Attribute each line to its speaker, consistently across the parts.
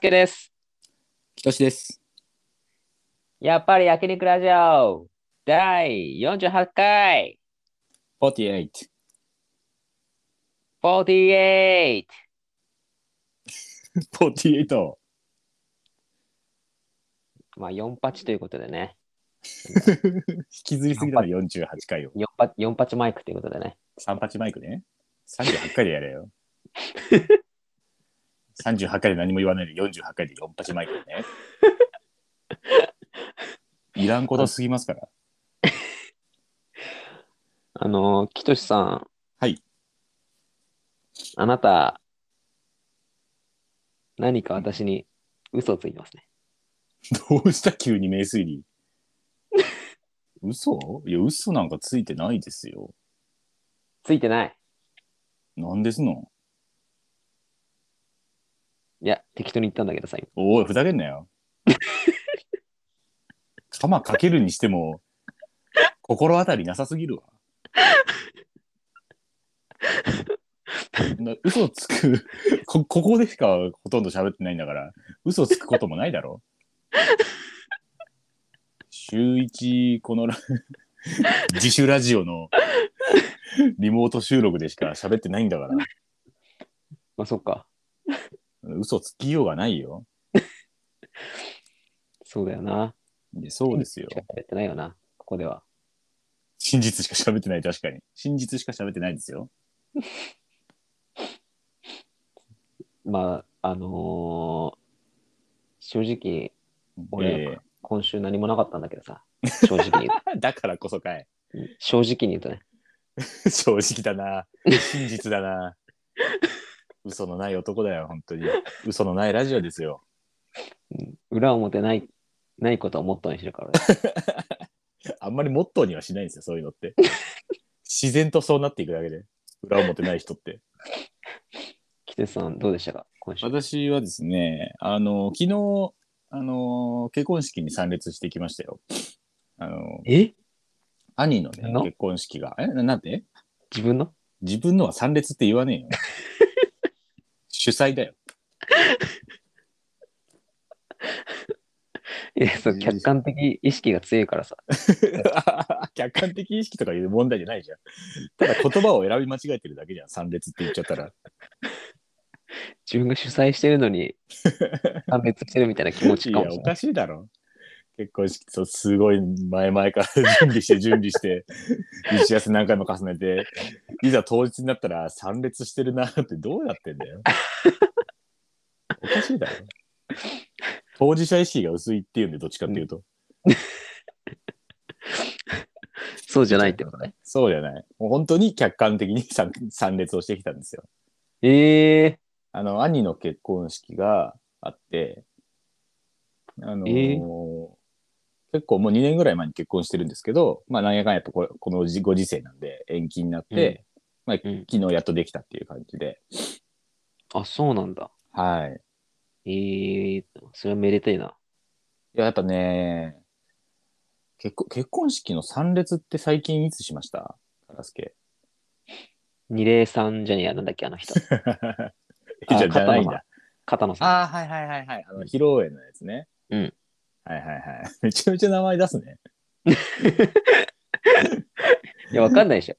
Speaker 1: けです。
Speaker 2: きとしです。
Speaker 1: やっぱり焼肉ラジオ第48回
Speaker 2: 48。
Speaker 1: 48
Speaker 2: 48。
Speaker 1: まあ48ということでね
Speaker 2: 引きずりすぎたら48回を。
Speaker 1: 48 48マイクということでね
Speaker 2: 38マイクね。38回でやれよ。38回で何も言わないで48回で48マイクね。いらんことすぎますから。
Speaker 1: あのきとしさん
Speaker 2: はい
Speaker 1: あなた何か私に嘘をついてますね
Speaker 2: どうした急に名推理。嘘いや、嘘なんかついてないですよ。
Speaker 1: ついてない
Speaker 2: なんですの
Speaker 1: いや適当に言ったんだけどさ今
Speaker 2: おい、ふざけんなよ。カマかけるにしても、心当たりなさすぎるわ。な嘘をつくこ、ここでしかほとんど喋ってないんだから、嘘をつくこともないだろ。週一、このラ自主ラジオのリモート収録でしか喋ってないんだから、
Speaker 1: まあそっか
Speaker 2: 嘘つきようがないよ。
Speaker 1: そうだよない
Speaker 2: やそうですよ
Speaker 1: し。か喋ってないよなここでは
Speaker 2: 真実しか喋ってない、確かに。真実しか喋ってないですよ。
Speaker 1: まああのー正直俺
Speaker 2: え
Speaker 1: 今週何もなかったんだけどさ、正直に言 う
Speaker 2: えだからこそかい。
Speaker 1: 正直に言うとね、
Speaker 2: 正直だな。真実だな。嘘のない男だよ、本当に。嘘のないラジオですよ。
Speaker 1: 裏表ない、ないことをモットーにしてるから、俺
Speaker 2: あんまりモットーにはしないんですよ、そういうのって。自然とそうなっていくだけで。裏表ない人って。
Speaker 1: キテツさんどうでしたか今週。
Speaker 2: 私はですね、あの、昨日、あの、結婚式に参列してきましたよ。あの、
Speaker 1: え
Speaker 2: 兄のね
Speaker 1: の、
Speaker 2: 結婚式が。え、ななんて
Speaker 1: 自分の
Speaker 2: 自分のは参列って言わねえ よ。主催だよ。
Speaker 1: いや、そう、客観的意識が強いからさ。
Speaker 2: 客観的意識とかいう問題じゃないじゃん。ただ言葉を選び間違えてるだけじゃん。参列って言っちゃったら。
Speaker 1: 自分が主催してるの に、判別してるみたいな気持ち
Speaker 2: い
Speaker 1: か
Speaker 2: や
Speaker 1: もしれ
Speaker 2: お
Speaker 1: ない。
Speaker 2: かしいだろ。結婚式そうすごい前々から準備して準備 して打ち合わせ何回も重ねていざ当日になったら参列してるなってどうやってん だよ。おかしいだろ。当事者意識が薄いっていうんでどっちかっていうと。
Speaker 1: そうじゃないってことね。
Speaker 2: そうじゃない。もう本当に客観的に 参参列をしてきたんですよ。
Speaker 1: ええ
Speaker 2: あの、兄の結婚式があって、あのー
Speaker 1: え
Speaker 2: 結構もう2年ぐらい前に結婚してるんですけど、まあなんやかんやとこれこのじご時世なんで延期になって、まあ
Speaker 1: うん
Speaker 2: 昨日やっとできたっていう感じで、
Speaker 1: あ、そうなんだ。
Speaker 2: はい。
Speaker 1: え
Speaker 2: い
Speaker 1: えそれはめでたいな。
Speaker 2: や、やっぱね、結婚結婚式の参列って最近いつしましたカラ スケ。
Speaker 1: 二礼さんじゃねえや、なんだっけ、あの人。
Speaker 2: えじゃ
Speaker 1: あ
Speaker 2: じゃないんだ。
Speaker 1: 片野さん。
Speaker 2: ああ、はいはいはいはい。あの、披露宴のやつね。
Speaker 1: うん。
Speaker 2: はいはい はい。めちゃめちゃ名前出すね。
Speaker 1: いや、わかんないでしょ。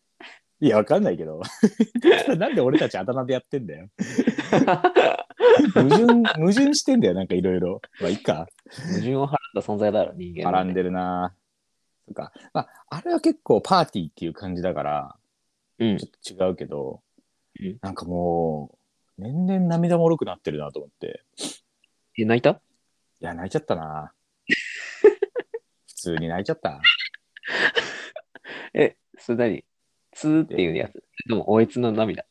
Speaker 2: いや、わかんないけど。 なんで俺たちあだ名でやってん だよ。矛盾、矛盾してんだよ、なんかいろいろ。まあ、いいか。
Speaker 1: 矛盾をはらんだ存在だろ、人間は
Speaker 2: 絡
Speaker 1: ね、
Speaker 2: んでるなとか。まあ、あれは結構パーティーっていう感じだから、
Speaker 1: うん
Speaker 2: ち。ょっと違うけど、
Speaker 1: うん
Speaker 2: なんかもう、年々涙もろくなってるなと思って。
Speaker 1: え、泣いた
Speaker 2: いや、泣いちゃっ たな普通に泣いちゃった。
Speaker 1: え、それ何ツーっていうやつ。でも、おえつの涙。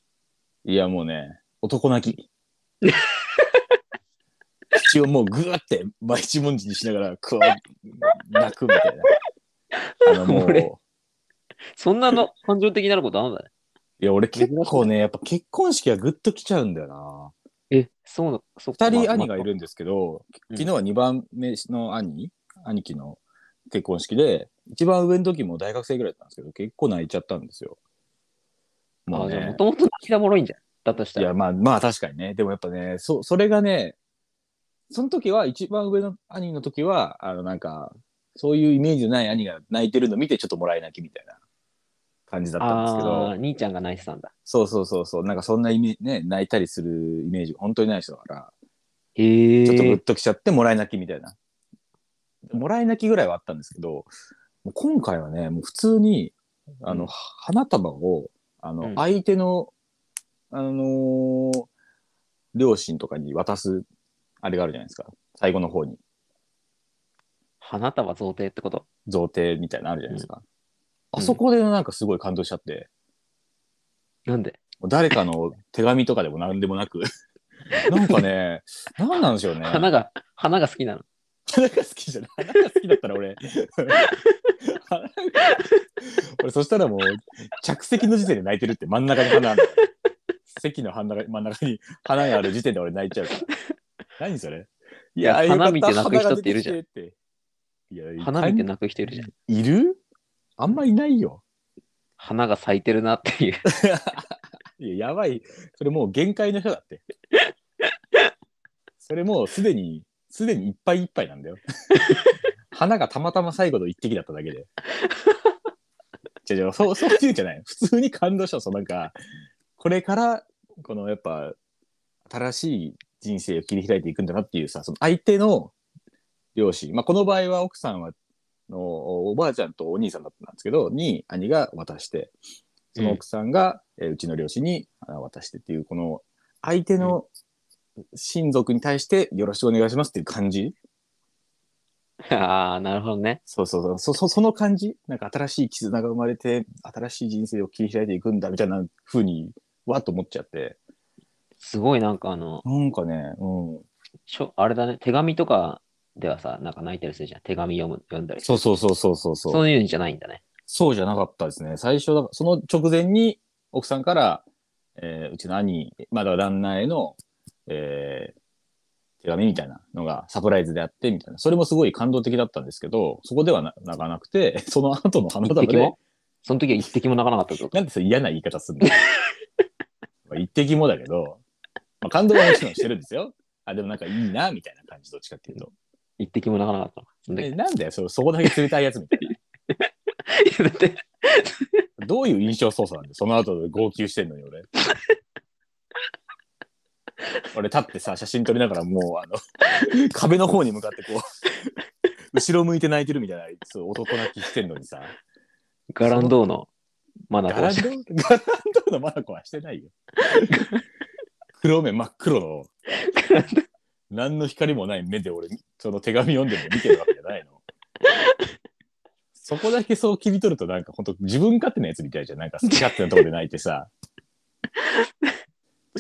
Speaker 2: いや、もうね、男泣き。口をもうグーって、毎一文字にしながら、こう、泣くみたいな。あの、もう、
Speaker 1: 俺そんな の感情的になることあるんだね。
Speaker 2: いや、俺結構ね、やっぱ結婚式はグッときちゃうんだよな。
Speaker 1: え、そうな、そっか
Speaker 2: 二人兄
Speaker 1: まあまあ
Speaker 2: がいるんですけど、
Speaker 1: うん
Speaker 2: 昨日は二番目の兄、兄貴の結婚式で、一番上の時も大学生ぐらいだったんですけど、結構泣いちゃったんですよ。も
Speaker 1: あ、
Speaker 2: う
Speaker 1: じゃあ、も
Speaker 2: ね、
Speaker 1: ともと涙もろいんじゃん。だとした
Speaker 2: い
Speaker 1: ら。
Speaker 2: や、まあ、まあ確かにね。でもやっぱね、そ、それがね、その時は、一番上の兄の時は、あの、なんか、そういうイメージのない兄が泣いてるの見て、ちょっともらい泣きみたいな感じだったんですけ
Speaker 1: あ
Speaker 2: ど
Speaker 1: あ、、兄ちゃんが泣いてたんだ。
Speaker 2: そうそうそうそう、なんかそんなイメージ、ね、泣いたりするイメージ、本当にない人だから、
Speaker 1: へえ。
Speaker 2: ちょっとグッときちゃって、もらい泣きみたいな。もらい泣きぐらいはあったんですけど、もう今回はね、もう普通に、あの、
Speaker 1: うん
Speaker 2: 花束を、あ
Speaker 1: う
Speaker 2: の、
Speaker 1: ん
Speaker 2: 相手の、あのー両親とかに渡す、あれがあるじゃないですか。最後の方に、
Speaker 1: 花束贈呈ってこと
Speaker 2: 贈呈みたいなのあるじゃないですか。
Speaker 1: うん
Speaker 2: あそこでなんかすごい感動しちゃって、
Speaker 1: なんで
Speaker 2: もう誰かの手紙とかでも何でも なく、なんかね、何なんでしょうね。
Speaker 1: 花が、花が好きなの。
Speaker 2: 花が好きじゃない花が好きだったら俺花が俺そしたらもう着席の時点で泣いてるって真ん中に花ある席の真ん中真ん中に花がある時点で俺泣いちゃうから何それい
Speaker 1: や
Speaker 2: よか
Speaker 1: 花見て泣く人っているじゃん
Speaker 2: 花が出てきてっていや
Speaker 1: 花見て泣く人いるじゃん。
Speaker 2: いるあんまいないよ
Speaker 1: 花が咲いてるなっていう。
Speaker 2: いややばいそれもう限界の人だってそれもうすでにすでにいっぱいいっぱいなんだよ花がたまたま最後の一滴だっただけでじゃじゃそうそういうんじゃない普通に感動したのそうなんかこれからこのやっぱ新しい人生を切り開いていくんだなっていうさその相手の両親、まあ、この場合は奥さんはのおばあちゃんとお兄さんだったんですけどに兄が渡してその奥さんが、うえーうちの両親にあ渡してっていうこの相手の親族に対してよろしくお願いしますっていう感じ、
Speaker 1: ああ、なるほどね。
Speaker 2: そうそうそうそそその感じなんか新しい絆が生まれて新しい人生を切り開いていくんだみたいな風にわっと思っちゃって
Speaker 1: すごいなんかあの、
Speaker 2: なんかねうん
Speaker 1: しょあれだね、手紙とかではさ、なんか泣いたりするじゃん。手紙読む読んだり
Speaker 2: そうそうそうそうそうそう
Speaker 1: そういうんじゃないんだね。
Speaker 2: そうじゃなかったですね。最初だから、その直前に奥さんから、えーうちの兄、まあだから旦那への、えー手紙みたいなのがサプライズであって、みたいな。それもすごい感動的だったんですけど、そこではな泣かなくて、その後の花
Speaker 1: 一
Speaker 2: 束
Speaker 1: 滴
Speaker 2: で
Speaker 1: も、その時は一滴も泣かなかったってこと
Speaker 2: なんでそれ嫌な言い方す るのまあ一滴もだけど、まあ、感動はもちろんしてるんですよ。あ、でもなんかいいな、みたいな感じ、どっちかっていうと。
Speaker 1: 一滴も泣かなかったのその時
Speaker 2: えなんだよ、そそこだけ冷たいやつみたい
Speaker 1: いやだって、
Speaker 2: な。どういう印象操作なんだよ、その後で号泣してんのに俺。俺立ってさ写真撮りながらもうあの壁の方に向かってこう後ろ向いて泣いてるみたいなそう男泣きしてんのにさ
Speaker 1: ガランドーのマナ
Speaker 2: ガ
Speaker 1: コ
Speaker 2: ラ
Speaker 1: を
Speaker 2: ン
Speaker 1: し
Speaker 2: ド
Speaker 1: て
Speaker 2: ガランドのマナコはし てないよ黒目真っ黒の何の光もない目で俺その手紙読んでも見てるわけじゃないのそこだけそう切り取るとなんか本当自分勝手なやつみたいじゃんなんか好き勝手なところで泣い てさ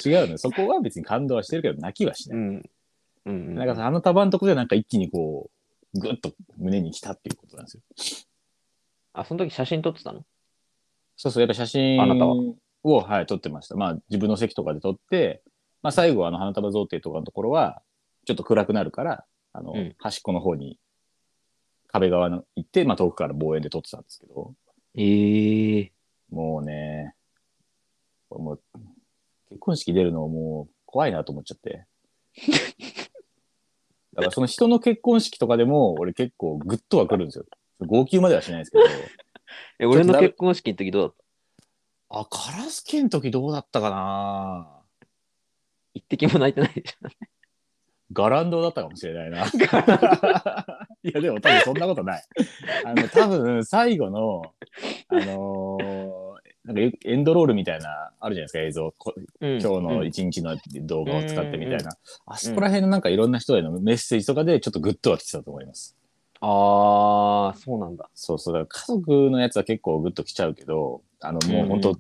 Speaker 2: 違うのよそこは別に感動はしてるけど泣きはし
Speaker 1: う
Speaker 2: ない、
Speaker 1: ん。うん。
Speaker 2: なんかさあの束のとこでなんか一気にこうグッと胸に来たっていうことなんですよ
Speaker 1: あ、その時写真撮ってたの
Speaker 2: そうそう、やっぱ写真
Speaker 1: あなたは
Speaker 2: を、はい、撮ってました。まあ、自分の席とかで撮って、まあ、最後、あの、花束贈呈とかのところは、ちょっと暗くなるから、あの、
Speaker 1: うん
Speaker 2: 端っこの方に、壁側の行って、まあ、遠くから望遠で撮ってたんですけど、
Speaker 1: ええ
Speaker 2: もうね、もう、結婚式出るのもう怖いなと思っちゃって。 だからその人の結婚式とかでも、俺結構グッとは来るんですよ。号泣まではしないですけど。
Speaker 1: え、俺の結婚式の時どうだった
Speaker 2: あ、カラスケの時どうだったかな
Speaker 1: 一滴も泣いてないでしょ。
Speaker 2: ガランドだったかもしれな いな。いや、でも多分そんなことない。あの、多分最後の、あのーなんかよくエンドロールみたいな、あるじゃないですか、映像。こ
Speaker 1: うん
Speaker 2: 今日の
Speaker 1: うん
Speaker 2: 一日の動画を使ってみたい
Speaker 1: うんうん
Speaker 2: な。あそこら辺のなんかいろんな人へのメッセージとかでちょっとグッとは来てたと思います。
Speaker 1: ああ、そうなんだ。
Speaker 2: そうそう。だから家族のやつは結構グッと来ちゃうけど、あの、もう本当我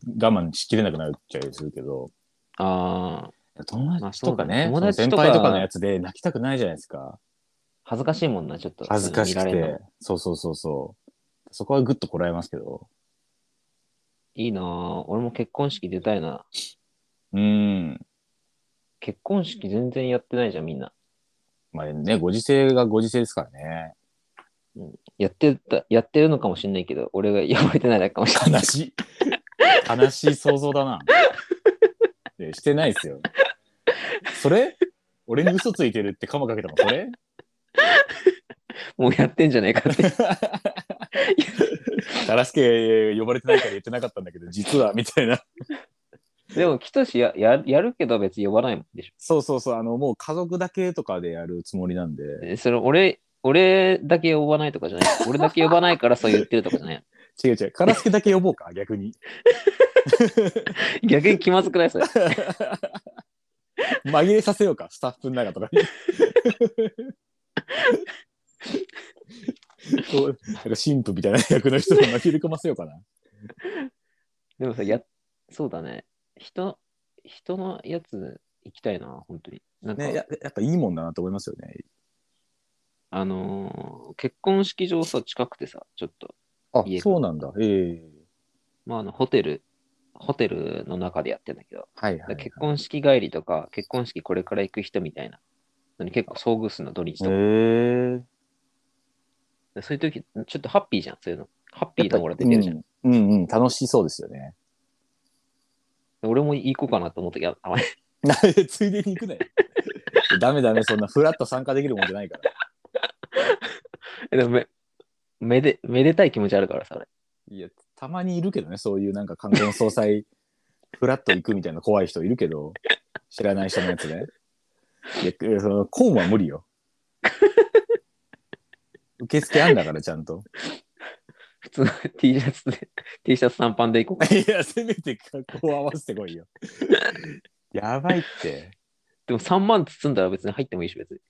Speaker 2: 慢しきれなくなっちゃうするけど、
Speaker 1: ああ、
Speaker 2: 友達とか
Speaker 1: まあ
Speaker 2: ね、
Speaker 1: そうだね
Speaker 2: そ
Speaker 1: 友達
Speaker 2: の先
Speaker 1: とか
Speaker 2: 輩とかのやつで泣きたくないじゃないですか。
Speaker 1: 恥ずかしいもんな、ちょっと。
Speaker 2: 恥ずかしく
Speaker 1: 見られる
Speaker 2: て
Speaker 1: の。
Speaker 2: そうそうそうそう。そこはぐっとこらえますけど。
Speaker 1: いいなあ俺も結婚式出たいな。
Speaker 2: うん。
Speaker 1: 結婚式全然やってないじゃん、みんな。
Speaker 2: まあね、ご時世がご時世ですからね。
Speaker 1: やってた、やってるのかもしれないけど、俺が呼ばれてないだけかもしれな
Speaker 2: 悲
Speaker 1: い。
Speaker 2: しい。悲しい想像だな。でしてないですよ。それ俺に嘘ついてるってカマかけたのこれ
Speaker 1: もうやってんじゃないか って。
Speaker 2: タラスケ呼ばれてないから言ってなかったんだけど、実はみたいな。
Speaker 1: でも、キトシやややるけど別に呼ばないもんでしょ
Speaker 2: そうそうそう、あの、もう家族だけとかでやるつもりなんで。
Speaker 1: え。その俺、俺だけ呼ばないとかじゃない。俺だけ呼ばないからそう言ってるとかじゃ ない。
Speaker 2: 違う違う、カラスケだけ呼ぼうか、逆に。
Speaker 1: 逆に気まずくないそれ。
Speaker 2: 紛れさせようか、スタッフの中とか に。こうなんか神父みたいな役の人を紛れ込ませようかな。
Speaker 1: でもさ、や、そうだね。人、人のやつ行きたいな、本当に。なんか、
Speaker 2: ね、ややっぱいいもんだなと思いますよね。
Speaker 1: あのー結婚式場さ、近くてさ、ちょっと、
Speaker 2: あ
Speaker 1: 家、が
Speaker 2: そうなんだ。ええ
Speaker 1: まあ、あの、ホテル、ホテルの中でやってんだけど、
Speaker 2: はい
Speaker 1: だ
Speaker 2: は
Speaker 1: から
Speaker 2: い。
Speaker 1: 結婚式帰りとか、結婚式これから行く人みたいなのに結構遭遇するの、土日とか。
Speaker 2: え
Speaker 1: でそういう時、ちょっとハッピーじゃん、そういうの。ハッ
Speaker 2: え
Speaker 1: ピーなもら出てるじゃん。
Speaker 2: うん、うんうん楽しそうですよね。
Speaker 1: で俺も行こうかなと思ったけど、あまり
Speaker 2: ついでに行くなよ。ダメダメ、そんなフラッと参加できるもんじゃないから。
Speaker 1: でもめ、めで、めでたい気持ちあるからさ、俺。
Speaker 2: いや、たまにいるけどね、そういうなんか関連総 裁、フラッと行くみたいな怖い人いるけど、知らない人のやつね。いや、その、コーンは無理よ。受付あんだから、ちゃんと。
Speaker 1: 普通の T シャツで、T シャツ短パンで行こうかな。
Speaker 2: いや、せめて格好合わせてこいよ。やばいって。
Speaker 1: でも3万包んだら別に入ってもいいし、別に。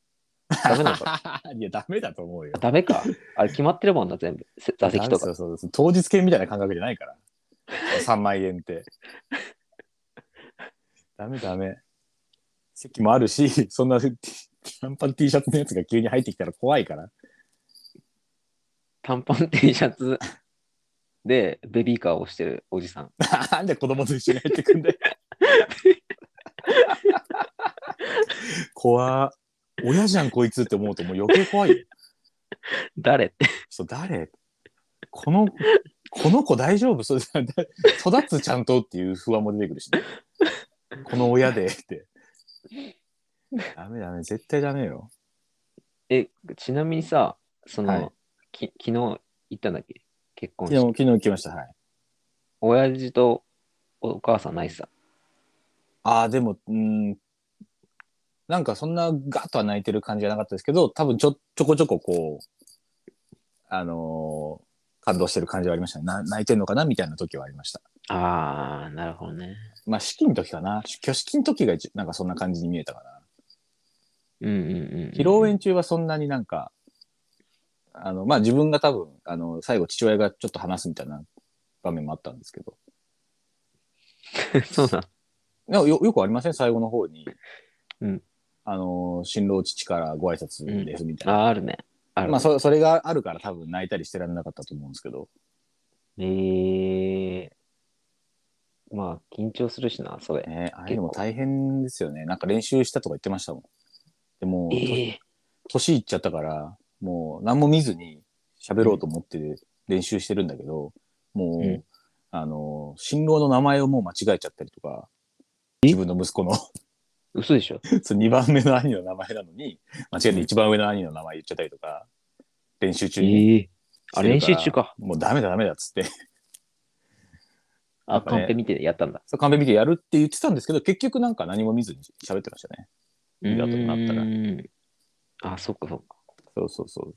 Speaker 1: ダメなの か
Speaker 2: いや、ダメだと思うよ。
Speaker 1: ダメか。あれ決まってるもんな、全部。せ座席と
Speaker 2: そ
Speaker 1: か。
Speaker 2: うそうそう当日券みたいな感覚じゃないから。3万円って。 ダメダメ。席もあるし、そんな T- 短パン T シャツのやつが急に入ってきたら怖いから。
Speaker 1: 短パン T シャツでベビーカーを押してるおじさん。
Speaker 2: なんで子供と一緒に入ってく んだよ。怖親じゃんこいつって思うともう余計怖いよ。
Speaker 1: 誰って。
Speaker 2: そう誰このこの子大丈夫そうだだ育つちゃんとっていう不安も出てくるしね。この親で って。ダメダメ絶対ダメよ。
Speaker 1: え、ちなみにさ、その、
Speaker 2: はい
Speaker 1: き昨日行ったんだっけ結婚
Speaker 2: 昨日
Speaker 1: 式。
Speaker 2: 昨日行きましたはい。
Speaker 1: 親父とお母さんないさ。
Speaker 2: ああでもうんなんかそんなガッとは泣いてる感じじゃなかったですけど多分ちょちょこちょここうあのー感動してる感じはありましたねな泣いてんのかなみたいな時はありました。
Speaker 1: あー、なるほどね。
Speaker 2: まあ式の時かな挙式の時が一なんかそんな感じに見えたかな。
Speaker 1: うんうんうんうん。
Speaker 2: 披露宴中はそんなになんか、あの、まあ、自分が多分、あの、最後父親がちょっと話すみたいな場面もあったんですけど、
Speaker 1: そうだ。
Speaker 2: なんかよよくありません最後の方に。
Speaker 1: うん
Speaker 2: あの、新郎父からご挨拶ですみたいな。
Speaker 1: あー、あるね。ある。
Speaker 2: まあそ、それがあるから多分泣いたりしてられなかったと思うんですけど、
Speaker 1: えー、まあ、緊張するしな、それ。
Speaker 2: ね、ああいうのも大変ですよね。なんか練習したとか言ってましたもん。でも、
Speaker 1: えー、
Speaker 2: 年いっちゃったから、もう何も見ずに喋ろうと思って練習してるんだけど、もう、
Speaker 1: うん
Speaker 2: あの、新郎の名前をもう間違えちゃったりとか、
Speaker 1: え
Speaker 2: 自分の息子の
Speaker 1: 嘘でしょ
Speaker 2: 2番目の兄の名前なのに、間違えて一番上の兄の名前言っちゃったりとか、練習中に
Speaker 1: ええあ、
Speaker 2: してる
Speaker 1: 練
Speaker 2: から
Speaker 1: 習中か。
Speaker 2: もうダメだダメだっつって、や
Speaker 1: あ、
Speaker 2: っぱね
Speaker 1: カンペ見てやったんだ。
Speaker 2: そうカンペ見てやるって言ってたんですけど、結局なんか何も見ずに喋ってましたね。いいだとなったら
Speaker 1: うーんあ、そっかそっか。
Speaker 2: そうそうそう。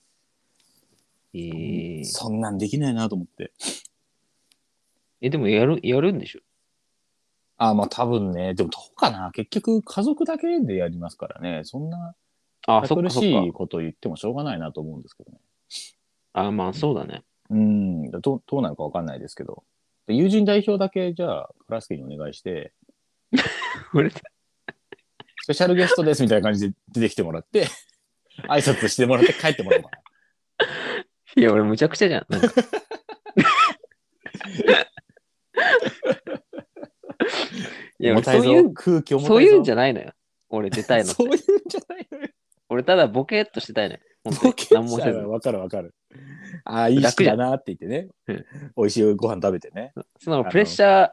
Speaker 1: ええ
Speaker 2: そんなんできないなと思って。
Speaker 1: え、でもやる、やるんでしょ
Speaker 2: ああ、まあ多分ね、でもどうかな。結局家族だけでやりますからね、そんな。
Speaker 1: あ、そっ
Speaker 2: 苦
Speaker 1: かそっ
Speaker 2: しい
Speaker 1: か。
Speaker 2: ことを言ってもしょうがないなと思うんですけどね。
Speaker 1: あ、まあそうだね。
Speaker 2: うん、どうどうなるかわかんないですけど。で友人代表だけ、じゃあ、カラスケにお願いして、
Speaker 1: 俺た
Speaker 2: スペシャルゲストですみたいな感じで出てきてもらって、 挨拶してもらって帰ってもらおうかな。
Speaker 1: いや、俺むちゃくちゃじゃん。なんかいや、
Speaker 2: 重
Speaker 1: 俺
Speaker 2: た
Speaker 1: そ
Speaker 2: いうぞ
Speaker 1: いう、
Speaker 2: 空気重たいぞ。
Speaker 1: そういうんじ
Speaker 2: ゃ
Speaker 1: ゃないのよ。俺出たいのって
Speaker 2: そういうんじゃないのよ。
Speaker 1: 俺ただボケっとしてたいのよ。本当
Speaker 2: ボ
Speaker 1: に
Speaker 2: ケちゃ
Speaker 1: 何も せ
Speaker 2: う
Speaker 1: ず。
Speaker 2: わかるわかる。ああ、いい人だなって言ってね
Speaker 1: 楽。
Speaker 2: 美味しいご飯食べてね。
Speaker 1: そのプレッシャ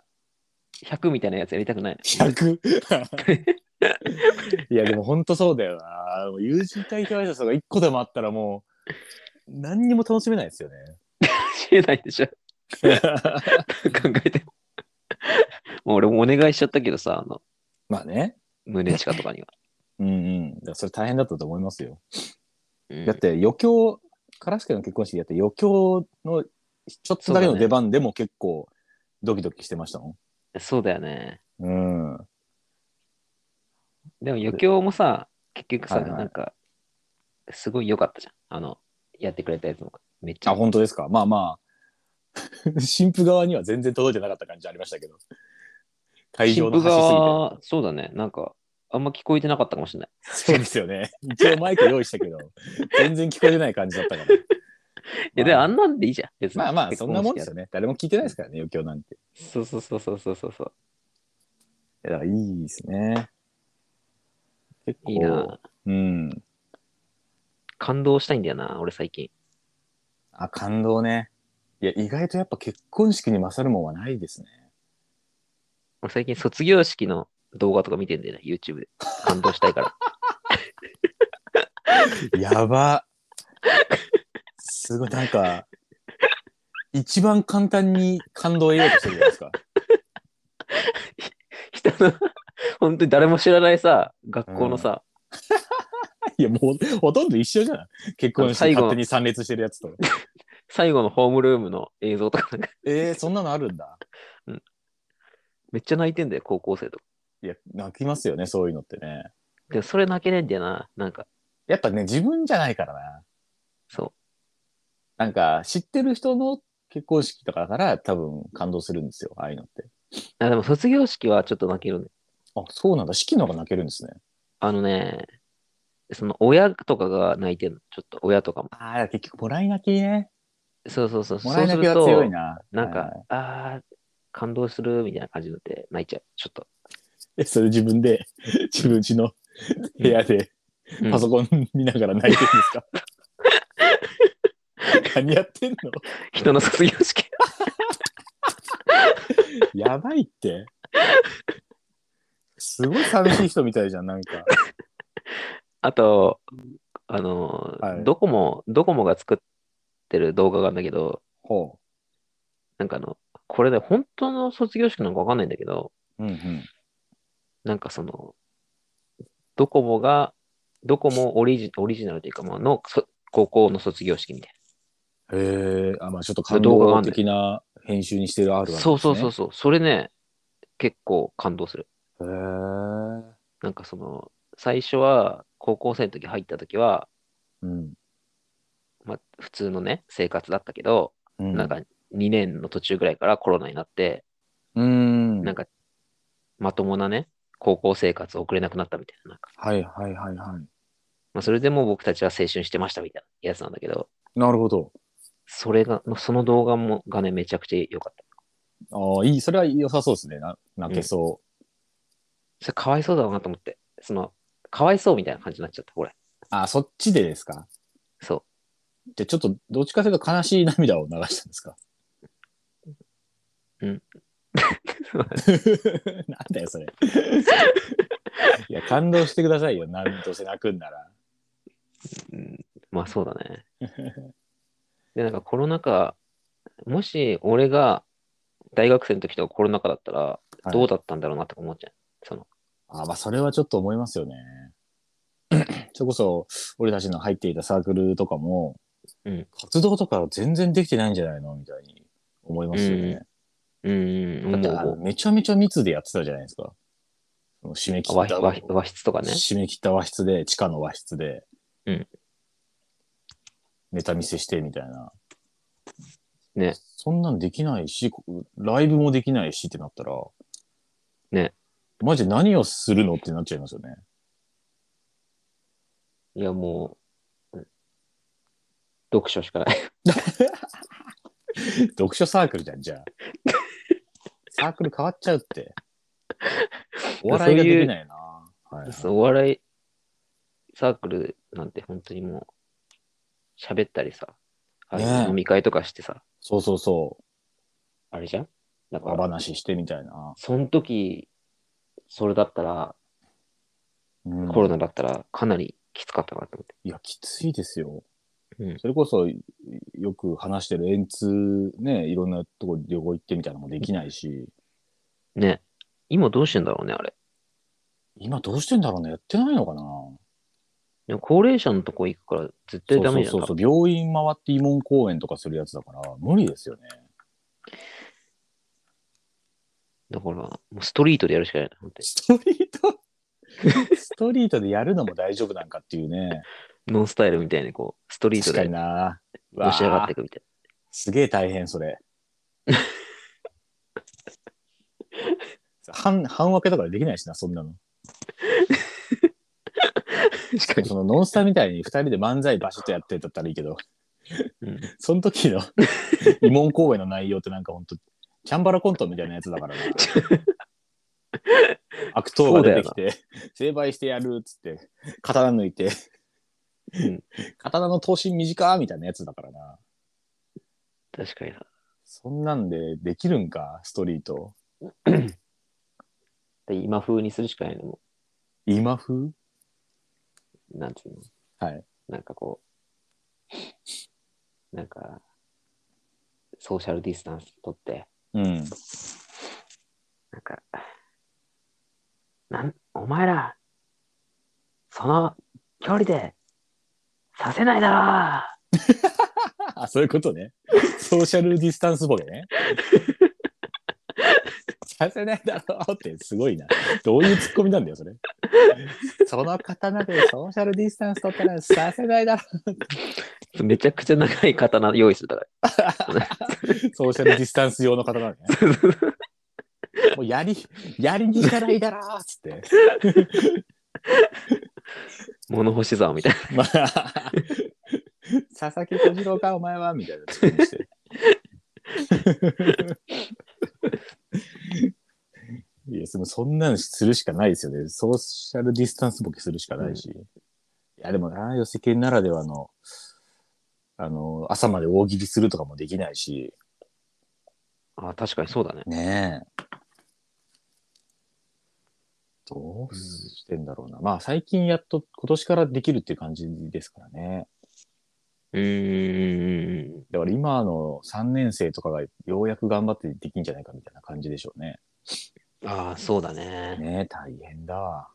Speaker 1: ー100みたいなやつやりたくないの。
Speaker 2: 100。 いや、でも本当そうだよな。もう友人対象挨拶が一個でもあったらもう、何にも楽しめないですよね。
Speaker 1: 知れないでしょ考えても。もう俺もお願いしちゃったけどさ、あの、
Speaker 2: まあね。
Speaker 1: 胸地下とかには。
Speaker 2: うんうん。だからそれ大変だったと思いますよ。
Speaker 1: うん
Speaker 2: だって余興、カラスケの結婚式でやって余興のちょっとだけの出番でも結構ドキドキしてましたもん。
Speaker 1: そうだよね。
Speaker 2: うん。
Speaker 1: でも余興もさ、結局さ、
Speaker 2: はいはい
Speaker 1: なんか、すごい良かったじゃん。あの、やってくれたやつも。めっち
Speaker 2: あ、
Speaker 1: ゃ。
Speaker 2: 本当ですか。まあ まあ、新婦側には全然届いてなかった感じありましたけど。会場の
Speaker 1: 新婦
Speaker 2: 端
Speaker 1: 側そうだね。なんか、あんま聞こえてなかったかもしれない。
Speaker 2: すぎて。そうですよね。一応マイク用意したけど、全然聞こえてない感じだったから。
Speaker 1: いや、でもあんなんでいいじゃん。別に
Speaker 2: まあまあ、そんなもんですよ
Speaker 1: ね。
Speaker 2: ね。誰も聞いてないですからね、余興なんて。い
Speaker 1: そうそうそうそうそうそうそう。
Speaker 2: や、だからいいですね。結構。
Speaker 1: いいな。
Speaker 2: うん。
Speaker 1: 感動したいんだよな、俺最近。
Speaker 2: あ、感動ね。いや、意外とやっぱ結婚式に勝るもんはないですね。
Speaker 1: 俺最近卒業式の動画とか見てんだよね、YouTube で。感動したい から。
Speaker 2: やば。すごい、なんか、一番簡単に感動を得ようとしてるじゃないですか。
Speaker 1: 人の、本当に誰も知らないさ、学校のさ、
Speaker 2: いや、もう、ほとんど一緒じゃん。結婚して
Speaker 1: 最後
Speaker 2: 勝手に参列してるやつと。
Speaker 1: 最後のホームルームの映像とかなんか、
Speaker 2: えー、そんなのあるんだ。
Speaker 1: めっちゃ泣いてんだよ、高校生とか。
Speaker 2: いや、泣きますよね、そういうのってね。
Speaker 1: でもそれ泣けねえんだよな、なんか、
Speaker 2: やっぱね、自分じゃないからな。
Speaker 1: そ
Speaker 2: なんか、知ってる人の結婚式とかだから、多分感動するんですよ、ああいうのって。
Speaker 1: う。あでも卒業式はちょっと泣けるね。
Speaker 2: あ、そうなんだ。式の方が泣けるんですね。
Speaker 1: あのね、その親とかが泣いてんの、ちょっと親とかも。
Speaker 2: ああ、結局、もらい泣きね。
Speaker 1: そうそうそう、そ
Speaker 2: もら
Speaker 1: う
Speaker 2: い
Speaker 1: す
Speaker 2: 泣
Speaker 1: る
Speaker 2: きは強い
Speaker 1: と、
Speaker 2: な。
Speaker 1: なん
Speaker 2: はい
Speaker 1: か
Speaker 2: はい、
Speaker 1: あー、感動するみたいな感じになって泣いちゃう、ちょっと。
Speaker 2: え、それ自分で、 自分家の部屋で
Speaker 1: うん
Speaker 2: パソコン見ながら泣いてるんですか、 何やってんの
Speaker 1: 人の卒業式。
Speaker 2: やばいって。すごい寂しい人みたいじゃん、なんか。
Speaker 1: あと、あの、
Speaker 2: はい
Speaker 1: ドコモ、ドコモが作ってる動画があるんだけど、
Speaker 2: ほ
Speaker 1: なんかあの、これね、本当の卒業式なのかわかんないんだけど、
Speaker 2: う。うんうん。
Speaker 1: なんかその、ドコモが、ドコモオリジオリジナルというか、まあの、そ高校の卒業式みたい
Speaker 2: へえ、あ、まあちょっと
Speaker 1: 感
Speaker 2: 感
Speaker 1: 動
Speaker 2: 動的な編集にしてるある
Speaker 1: な。
Speaker 2: ある、
Speaker 1: そうそうそう。そう。それね、結構感動する。
Speaker 2: へえ。
Speaker 1: なんかその、最初は、高校生の時入った時は、
Speaker 2: うん。
Speaker 1: まあ、普通のね、生活だったけど、
Speaker 2: うん
Speaker 1: なん、か2年の途中ぐらいからコロナになって、
Speaker 2: うん。
Speaker 1: なんか、まともなね、高校生活を送れなくなったみたいな。なんか
Speaker 2: はいはいはいはい。
Speaker 1: まあ、それでもう僕たちは青春してましたみたいなやつなんだけど、
Speaker 2: なるほど。
Speaker 1: それが、その動画もがね、めちゃくちゃ良かった。
Speaker 2: ああ、いい。それは良さそうですね。な泣けそ
Speaker 1: それかわいそうだなと思って、その、かわいそうみたいな感じになっちゃった、これ。
Speaker 2: う。あ、そっちでですか
Speaker 1: そ
Speaker 2: じゃあちょっと、どっちかというと悲しい涙を流したんですか
Speaker 1: う。
Speaker 2: なんだよ、それ。いや、感動してくださいよ。なんとして泣くんなら。
Speaker 1: うんまあそうだ ね。で、なんかコロナ禍、もし俺が大学生の時とかコロナ禍だったら、
Speaker 2: はい
Speaker 1: どうだったんだろうなとか思っちゃう。その、
Speaker 2: あまあ、それはちょっと思いますよね。 それこそ、俺たちの入っていたサークルとかも、
Speaker 1: うん
Speaker 2: 活動とか全然できてないんじゃないのみたいに思いますよね。
Speaker 1: うーん、
Speaker 2: だってあ
Speaker 1: もう、
Speaker 2: の、めちゃめちゃ密でやってたじゃないですか。その締め切
Speaker 1: 和
Speaker 2: った、
Speaker 1: 和和室とかね。
Speaker 2: 締め切った和室で、地下の和室で、
Speaker 1: うん
Speaker 2: ネタ見せしてみたいな。
Speaker 1: ね。
Speaker 2: そんなんできないし、こライブもできないしってなったら、
Speaker 1: ね。
Speaker 2: マジで何をするのってなっちゃいますよね。
Speaker 1: いや、もう、うん読書しかない。
Speaker 2: 読書サークルじゃん、じゃ あ。サークル変わっちゃうって。お笑いができないな。はい
Speaker 1: そうお笑いサークルなんて本当にもう、喋ったりさ、ああいう
Speaker 2: ねえ
Speaker 1: 飲み会とかしてさ、
Speaker 2: そうそうそ
Speaker 1: あれじゃんだ
Speaker 2: う。
Speaker 1: か
Speaker 2: お
Speaker 1: ら、
Speaker 2: 話ししてみたいな。
Speaker 1: その時、それだったら、
Speaker 2: うん
Speaker 1: コロナだったらかなりきつかったなと思って。
Speaker 2: いや、きついですよ。
Speaker 1: うん
Speaker 2: それこそ、よく話してる円通、ね、いろんなとこ旅行行ってみたいなのもできないし、
Speaker 1: ね。今どうしてんだろうね、あれ。
Speaker 2: 今どうしてんだろうね、やってないのかな
Speaker 1: でも高齢者のとこ行くから絶対ダメじゃん。
Speaker 2: そうそうそう、病院回って慰問公演とかするやつだから、無理ですよね。
Speaker 1: だから、もうストリートでやるしかないな、本当
Speaker 2: ストリートストリートでやるのも大丈夫なんかってい うね。
Speaker 1: に。ノンスタイルみたいにこう、ストリート
Speaker 2: 確か
Speaker 1: で
Speaker 2: にな。
Speaker 1: のし上がって
Speaker 2: わ
Speaker 1: いくみたい
Speaker 2: あすげえ大変、それ。半半分けとかできないしな、そんなの。
Speaker 1: な。確かに。
Speaker 2: そのノンスタみたいに2人で漫才バシッとやってだったらいいけど、
Speaker 1: うん
Speaker 2: その 時の慰問公演の内容ってなんかほんと、チャンバラコントみたいなやつだからな。 悪党が出てきて、成敗してやるっつって、刀抜いて、
Speaker 1: うん
Speaker 2: 刀の刀身短みたいなやつだからな。
Speaker 1: 確かにな。
Speaker 2: そんなんでできるんか、ストリート。
Speaker 1: で今風にするしかないのも
Speaker 2: 今風
Speaker 1: う、なんつうの。
Speaker 2: はい。
Speaker 1: なんかこう、なんか、ソーシャルディスタンス取って、
Speaker 2: うん。
Speaker 1: なんか、なん、お前ら、その距離で、させないだろ
Speaker 2: あ、そういうことね。ソーシャルディスタンスボケね。させないだろうってすごいな。どういうツッコミなんだよ、それ。その刀でソーシャルディスタンス取ったらさせないだろ
Speaker 1: う めちゃくちゃ長い刀用意するだろ。
Speaker 2: う。ソーシャルディスタンス用の刀ね。もう槍、槍にしたらいいだろうっつって。
Speaker 1: 物干し竿みたいな。
Speaker 2: まあ、佐々木小次郎か、お前はみたいなツッコミして。 いや、そのそんなんするしかないですよね。ソーシャルディスタンスボケするしかないし。いや、でもな、寄席犬ならではの、あの、朝まで大喜利するとかもできないし、
Speaker 1: あ確かにそうだね。
Speaker 2: ねえ。どうしてんだろうな。まあ、最近やっと、今年からできるっていう感じですからね。
Speaker 1: うーん。
Speaker 2: だから今の3年生とかがようやく頑張ってできんじゃないかみたいな感じでしょうね。
Speaker 1: ああ、そうだね。
Speaker 2: ねえ大変だわ。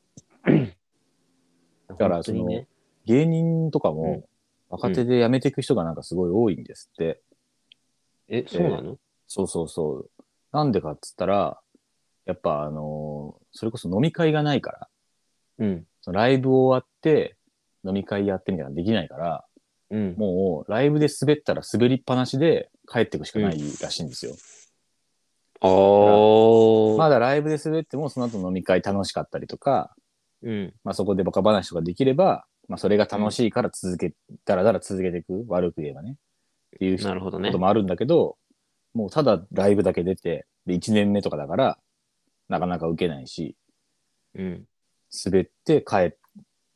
Speaker 1: だ
Speaker 2: からその芸人とかも若手で辞めていく人がなんかすごい多いんですって。
Speaker 1: え、そうなの
Speaker 2: そうそうそう。なんでかっつったら、やっぱあのーそれこそ飲み会がないから、
Speaker 1: うん。
Speaker 2: そのライブ終わって飲み会やってみたいなのできないから、
Speaker 1: うん。
Speaker 2: もうライブで滑ったら滑りっぱなしで帰っていくしかないらしいんですよ。
Speaker 1: ああ。
Speaker 2: まだライブで滑ってもその後飲み会楽しかったりとか、
Speaker 1: うん。
Speaker 2: まあ、そこでバカ話とかできれば、まあ、それが楽しいから続け、だらだら続けていく、悪く言えばね。っていう
Speaker 1: な
Speaker 2: こ
Speaker 1: るほどね
Speaker 2: と。もあるんだけど、もうただライブだけ出て、で、1年目とかだから、なかなか受けないし、
Speaker 1: うん。
Speaker 2: 滑って帰っ、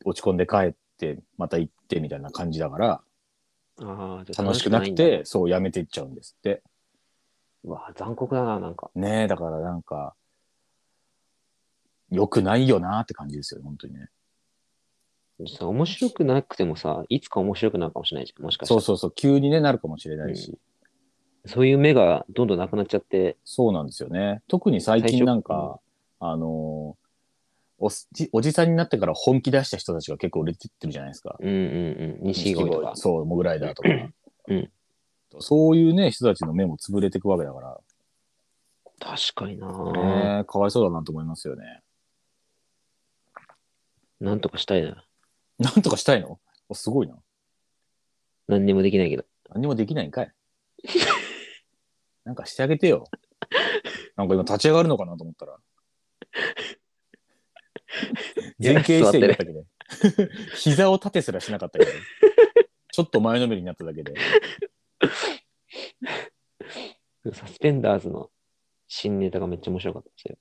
Speaker 2: 落ち込んで帰って、また行ってみたいな感じだから、
Speaker 1: ああ、じゃあ
Speaker 2: 楽しくなく
Speaker 1: いんだ
Speaker 2: て、そう、やめていっちゃうんですって。
Speaker 1: うわあ、残酷だな、なんか。
Speaker 2: ねえ、だからなんか、良くないよなって感じですよ、本当にね。
Speaker 1: さ、面白くなくてもさ、いつか面白くなるかもしれないじゃん。もしかした
Speaker 2: そ
Speaker 1: ら。
Speaker 2: うそうそう、急にね、なるかもしれないし。
Speaker 1: そういう目がどんどんなくなっちゃって、
Speaker 2: そうなんですよね。特に最近なんか、あのーおすじ、おじさんになってから本気出した人たちが結構売れてってるじゃないですか。
Speaker 1: うんうんうん、錦鯉とか。
Speaker 2: そう、モグライダーとか。
Speaker 1: うん
Speaker 2: そういうね、人たちの目も潰れていくわけだか
Speaker 1: 確かにな、
Speaker 2: ら、ね、かわいそうだなと思いますよね。
Speaker 1: なんとかしたいな。
Speaker 2: なんとかしたいのおすごいな。
Speaker 1: 何にもできないけど。
Speaker 2: 何もできないんか い。なんかしてあげてよ。なんか今立ち上がるのかなと思ったら。 前傾姿勢だったけど。膝を立てすらしなかったけど。ちょっと前のめりになっただけで。
Speaker 1: サスペンダーズの新ネタがめっちゃ面白かったんですよ。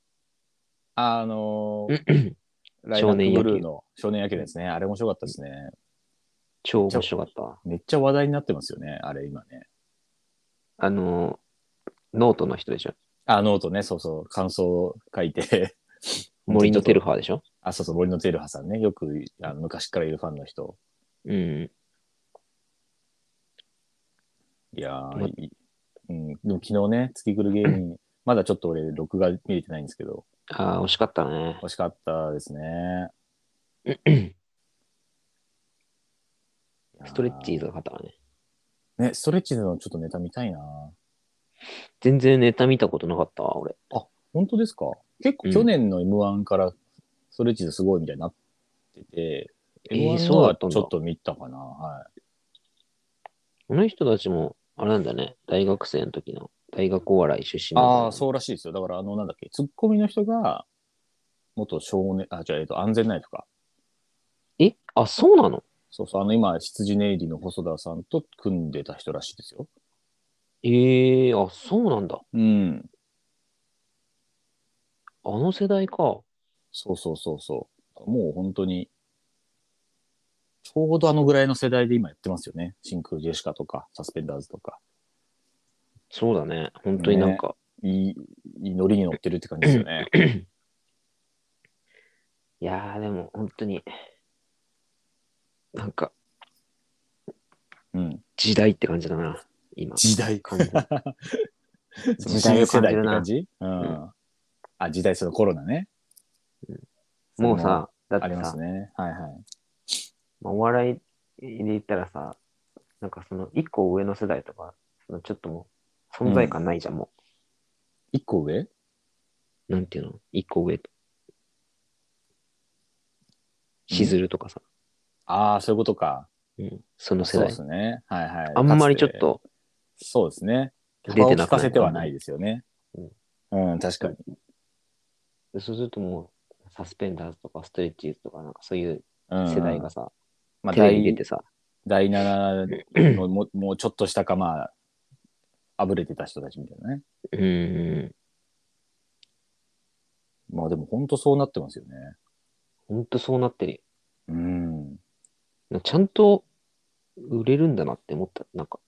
Speaker 2: あのー、 ライ
Speaker 1: 少
Speaker 2: オン
Speaker 1: 年野球
Speaker 2: ブルーの少年野球ですね。あれ面白かったですね。
Speaker 1: 超面白かったわ。
Speaker 2: めっちゃ話題になってますよね。あれ今ね。
Speaker 1: あのー、ノートの人でしょ。
Speaker 2: あ、ノートね。そうそう。感想を書いて。
Speaker 1: 森のテルファーでしょ
Speaker 2: あ、そうそう、森のテルハさんね。よくあの昔からいるファンの人。
Speaker 1: うん。
Speaker 2: いやー、
Speaker 1: ま
Speaker 2: いいうん、でも昨日ね、月来る芸人、 まだちょっと俺、録画見れてないんですけど、
Speaker 1: ああ、惜しかったね。
Speaker 2: 惜しかったですね。
Speaker 1: ストレッチー
Speaker 2: ズ。
Speaker 1: ズが勝ったからね。
Speaker 2: ね、ストレッチーズのちょっとネタ見たいな。
Speaker 1: 全然ネタ見たことなかったわ、俺。
Speaker 2: 本当ですか結構
Speaker 1: うん
Speaker 2: 去年の M1 からストレッチーズすごいみたいになってて、
Speaker 1: えー
Speaker 2: M1
Speaker 1: そうだ
Speaker 2: は
Speaker 1: っ
Speaker 2: ち
Speaker 1: た
Speaker 2: ょ
Speaker 1: んだ
Speaker 2: っと見たかな。はい。
Speaker 1: この人たちも、あれなんだね。大学生の時の、大学お笑い出身なんだね
Speaker 2: ああ、そうらしいですよ。だから、あの、なんだっけ、ツッコミの人が、元少年、あ、じゃあ、えっと、安全ないとか。
Speaker 1: えあ、そうなの
Speaker 2: そうそう、あの、今、羊ネイリの細田さんと組んでた人らしいですよ。
Speaker 1: ええあ、そうなんだ。
Speaker 2: うん。
Speaker 1: あの世代か。
Speaker 2: そうそうそうそう。もう本当に、ちょうどあのぐらいの世代で今やってますよね。真空ジェシカとか、サスペンダーズとか。
Speaker 1: そうだね。本当になんか、
Speaker 2: いい、いいノリに乗ってるって感じですよね。
Speaker 1: いやー、でも本当に、なんか、
Speaker 2: うん。
Speaker 1: 時代って感じだな。今。
Speaker 2: 時代。
Speaker 1: 感 じ
Speaker 2: その新世代って
Speaker 1: 時代を
Speaker 2: 感
Speaker 1: 感
Speaker 2: じう。
Speaker 1: うん
Speaker 2: あ、時代、そのコロナね。
Speaker 1: もうさ、だ
Speaker 2: その、
Speaker 1: っ
Speaker 2: あり
Speaker 1: て
Speaker 2: ま
Speaker 1: さ
Speaker 2: す、ね。はいはい。
Speaker 1: まあお笑いで言ったらさ、なんかその一個上の世代とか、そのちょっともう存在感ないじゃん、も
Speaker 2: 一個上
Speaker 1: う。なんていうの一個上と。しずるとかさ、
Speaker 2: ああ、そういうことか。
Speaker 1: うんその世
Speaker 2: そう
Speaker 1: 代
Speaker 2: で。すね。はいはい。
Speaker 1: あんまりちょっ
Speaker 2: かつて。
Speaker 1: と、
Speaker 2: そうですね。
Speaker 1: 出
Speaker 2: 幅を
Speaker 1: て
Speaker 2: 利
Speaker 1: なくない
Speaker 2: かせてはないですよね。うん、確かに。
Speaker 1: そうするともう、サスペンダーズとかストレッチーズとか、なんかそういう
Speaker 2: うん
Speaker 1: 世代がさ、
Speaker 2: まあ、
Speaker 1: テレビ
Speaker 2: 第
Speaker 1: に出てさ、
Speaker 2: 第7のも もうちょっとしたか、まあ、あぶれてた人たちみたいなね。
Speaker 1: うんうん、
Speaker 2: まあでも本当そうなってますよね。
Speaker 1: ほんとそうなってるよ
Speaker 2: うん。
Speaker 1: ちゃんと売れるんだなって思った。なんか、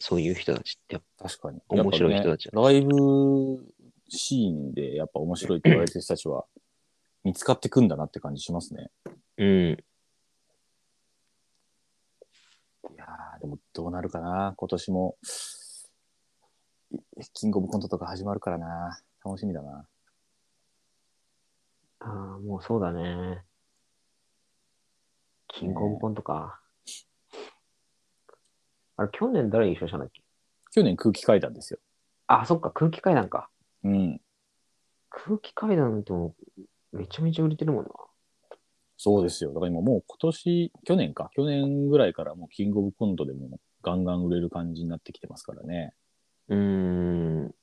Speaker 1: そういう人たちってやっ
Speaker 2: 確かに。
Speaker 1: ぱ面白い人
Speaker 2: やった
Speaker 1: ちだ。
Speaker 2: ぱねライブシーンでやっぱ面白いって言われてる人たちは見つかってくんだなって感じしますね。
Speaker 1: うん。
Speaker 2: いやーでもどうなるかな。今年も、いキングオブコントとか始まるからな。楽しみだな。
Speaker 1: ああ、もうそうだね。キングオブコントか。あれ、去年誰優勝したんだっけ
Speaker 2: 去年空気階段ですよ。
Speaker 1: あ、そっか、空気階段か。
Speaker 2: うん。
Speaker 1: 空気階段ってもうめちゃめちゃ売れてるもんな。
Speaker 2: そうですよ。だから今もう今年、去年か、去年ぐらいからもうキングオブコントでもガンガン売れる感じになってきてますからね。
Speaker 1: うーん。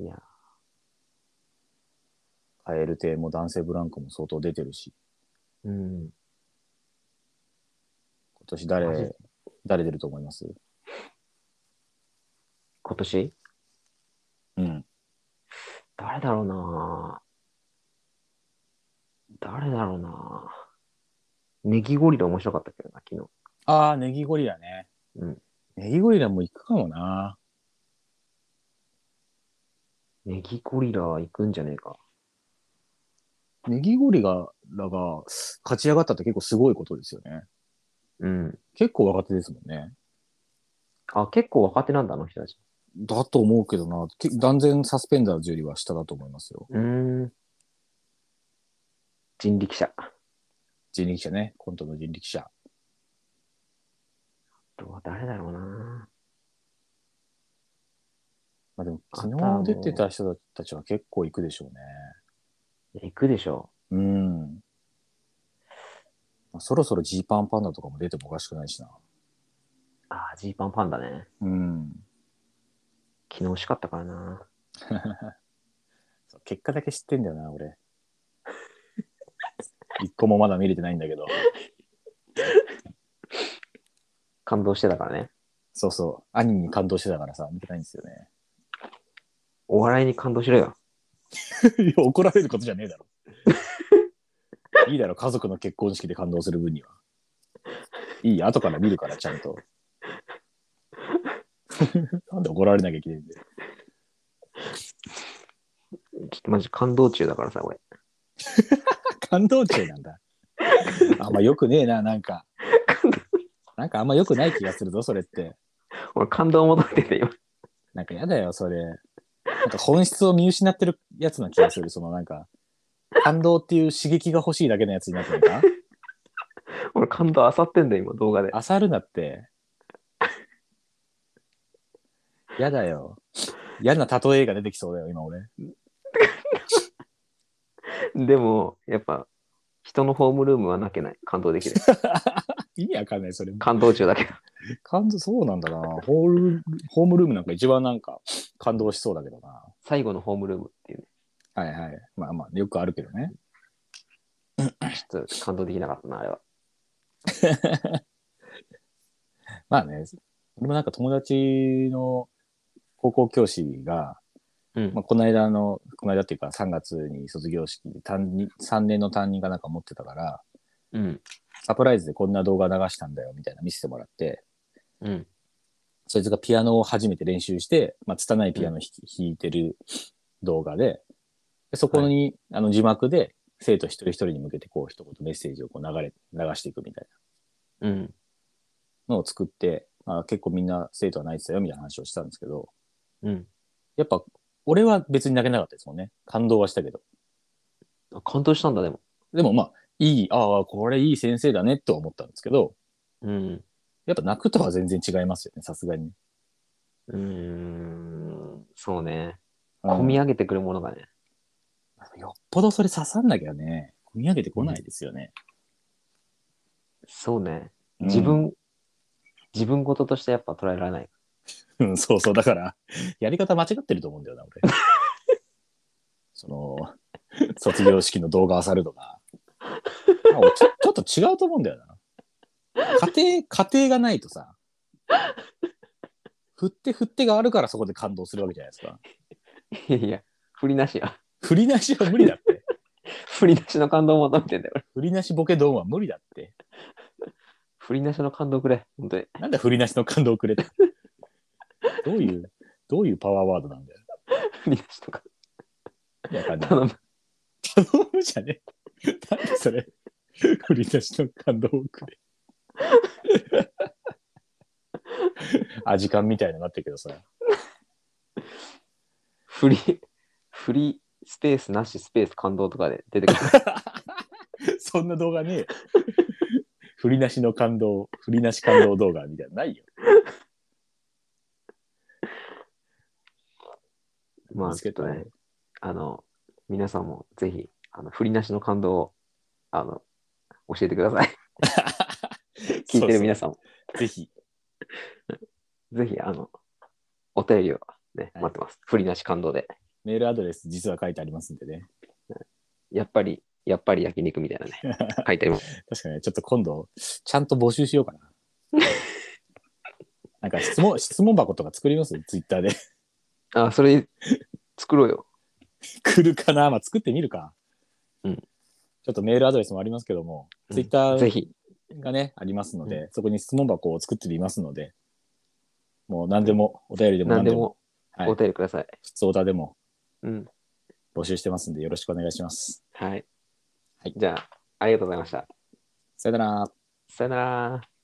Speaker 1: いや、
Speaker 2: カエル亭も男性ブランコも相当出てるし、
Speaker 1: うん。
Speaker 2: 今年
Speaker 1: マジ
Speaker 2: 誰、誰出ると思います
Speaker 1: 今年
Speaker 2: うん。
Speaker 1: 誰だろうな誰だろうなネギゴリラ面白かったけどな、昨日。
Speaker 2: ああ、ネギゴリラね。
Speaker 1: うん。
Speaker 2: ネギゴリラも行くかもな。
Speaker 1: ネギゴリラ行くんじゃねえか。
Speaker 2: ネギゴリラが勝ち上がったって結構すごいことですよね。
Speaker 1: うん。
Speaker 2: 結構若手ですもんね。
Speaker 1: あ、結構若手なんだ、あの人たち。
Speaker 2: だと思うけどな、け断然サスペンダーズよりは下だと思いますよ。
Speaker 1: うーん。人力車。あ
Speaker 2: 人力車ね、コントの人力車。
Speaker 1: とは誰だろうな
Speaker 2: まあでも、
Speaker 1: あ
Speaker 2: 昨
Speaker 1: とはもう
Speaker 2: 日出てた人たちは結構行くでしょうね。
Speaker 1: いや行くでしょ
Speaker 2: うん。まあそろそろジーパンパンダとかも出てもおかしくないしな。
Speaker 1: う。あ、ジーパンパンだね。
Speaker 2: うん。
Speaker 1: 昨日惜しかったからな
Speaker 2: そう結果だけ知ってんだよな、俺。 一個もまだ見れてないんだけど。
Speaker 1: 感動してたからね。
Speaker 2: そうそう。兄に感動してたからさ、見てないんですよね。
Speaker 1: お笑いに感動しろよ。
Speaker 2: いや、 怒られることじゃねえだろ。 いいだろ、家族の結婚式で感動する分には。いい、後から見るから、ちゃん と。なんで怒られなきゃいけないんだよ。
Speaker 1: ちょっとマジ感動中だからさ、俺。
Speaker 2: 感動中なんだ。あんまよくねえな、なんか。なんかあんまよくない気がするぞ、それって。
Speaker 1: 俺感動を求めてて、今。
Speaker 2: なんかやだよ、それ。なんか本質を見失ってるやつな気がする、そのなんか。感動っていう刺激が欲しいだけのやつになってるか
Speaker 1: 俺感動あさってんだよ、今、動画で。
Speaker 2: 漁るなって。やだよ。嫌な例えが出てきそうだよ、今俺。
Speaker 1: でも、やっぱ、人のホームルームは泣けない。感動できる。
Speaker 2: 意味わかんない、それ。
Speaker 1: 感動中だけど。
Speaker 2: 感動、そうなんだな。ホール、ホームルームなんか一番なんか感動しそうだけどな。
Speaker 1: 最後のホームルームっていうね。
Speaker 2: はいはい。まあまあ、よくあるけどね。
Speaker 1: ちょっと感動できなかったな、あれは。
Speaker 2: まあね、俺もなんか友達の高校教師が、
Speaker 1: うん
Speaker 2: まあ、。この間の、この間っていうか3月に卒業式で担任、3年の担任がなんか持ってたから、
Speaker 1: うん。
Speaker 2: サプライズでこんな動画流したんだよみたいな見せてもらって、
Speaker 1: うん。
Speaker 2: そいつがピアノを初めて練習して、まあ、拙いピアノひ弾いてる動画で、でそこに、あの字幕で生徒一人一人に向けてこう一言メッセージをこう流れ、流していくみたい
Speaker 1: うん。
Speaker 2: なのを作って、まあ、結構みんな生徒は泣いてたよみたいな話をしたんですけど、
Speaker 1: うん。
Speaker 2: やっぱ俺は別に泣けなかったですもんね。感動はしたけど。
Speaker 1: あ感動したんだ、でも。
Speaker 2: でもまあ、いい、ああ、これいい先生だねとは思ったんですけど、
Speaker 1: うん。
Speaker 2: やっぱ泣くとは全然違いますよね、さすがに。
Speaker 1: うーん。そうね。
Speaker 2: うん
Speaker 1: 込み上げてくるものがね。
Speaker 2: よっぽどそれ刺さんなきゃね、込み上げてこないですよね。
Speaker 1: そうね。
Speaker 2: うん
Speaker 1: 自分、自分事としてやっぱ捉えられない。
Speaker 2: うん、そうそう、だから、やり方間違ってると思うんだよな、俺。 その、卒業式の動画あさるとか。あ俺ちょちょっと違うと思うんだよな。家庭、家庭がないとさ、振って振ってがあるからそこで感動するわけじゃないですか。
Speaker 1: いやいや、振りなしや。
Speaker 2: 振りなしは無理だって。
Speaker 1: 振りなしの感動を求めてんだよ。俺
Speaker 2: 振りなしボケドンは無理だって。
Speaker 1: 振りなしの感動くれ。本当に。
Speaker 2: なんで振りなしの感動をくれたどういう、どういうパワーワードなんだよ。
Speaker 1: 振りなしとか。
Speaker 2: いやわかんない
Speaker 1: 頼む。
Speaker 2: 頼むじゃねえ。なんでそれ、振り出しの感動をくれ。アジカンみたいになってるけどさ。
Speaker 1: 振り、振り、スペースなし、スペース感動とかで出てくる。
Speaker 2: そんな動画ねえよ。振りなしの感動、振りなし感動動画みたいなのないよ。
Speaker 1: まあ、ちょっとね、あの、皆さんもぜひ、あの、振りなしの感動を、あの、教えてください。聞いてる皆
Speaker 2: さ
Speaker 1: さんも、
Speaker 2: ん。ぜひ、
Speaker 1: ぜひ、あの、お便りをね、
Speaker 2: はい
Speaker 1: 待ってます。振りなし感動で。
Speaker 2: メールアドレス実は書いてありますんでね。
Speaker 1: やっぱり、やっぱり焼肉みたいなね、 書いてあります。
Speaker 2: 確かに、ちょっと今度、ちゃんと募集しようかな。なんか質問、質問箱とか作りますツイッターで。
Speaker 1: あ、それ、作ろうよ。
Speaker 2: 来るかな、まあ、 作ってみるか、
Speaker 1: うん
Speaker 2: ちょっとメールアドレスもありますけども、
Speaker 1: うん
Speaker 2: ツイッタ
Speaker 1: ぜ
Speaker 2: ー
Speaker 1: ひ、
Speaker 2: がねありますので、そこに質問箱を作っていますのでもう何でもお便りでも
Speaker 1: 何
Speaker 2: 何で
Speaker 1: で
Speaker 2: も
Speaker 1: も
Speaker 2: はい
Speaker 1: お便りください。
Speaker 2: 普通オタでも
Speaker 1: うん。
Speaker 2: 募集してますんでよろしくお願いします
Speaker 1: はい。
Speaker 2: はい
Speaker 1: じゃあ、ありがとうございました。
Speaker 2: さよなら
Speaker 1: さよなら。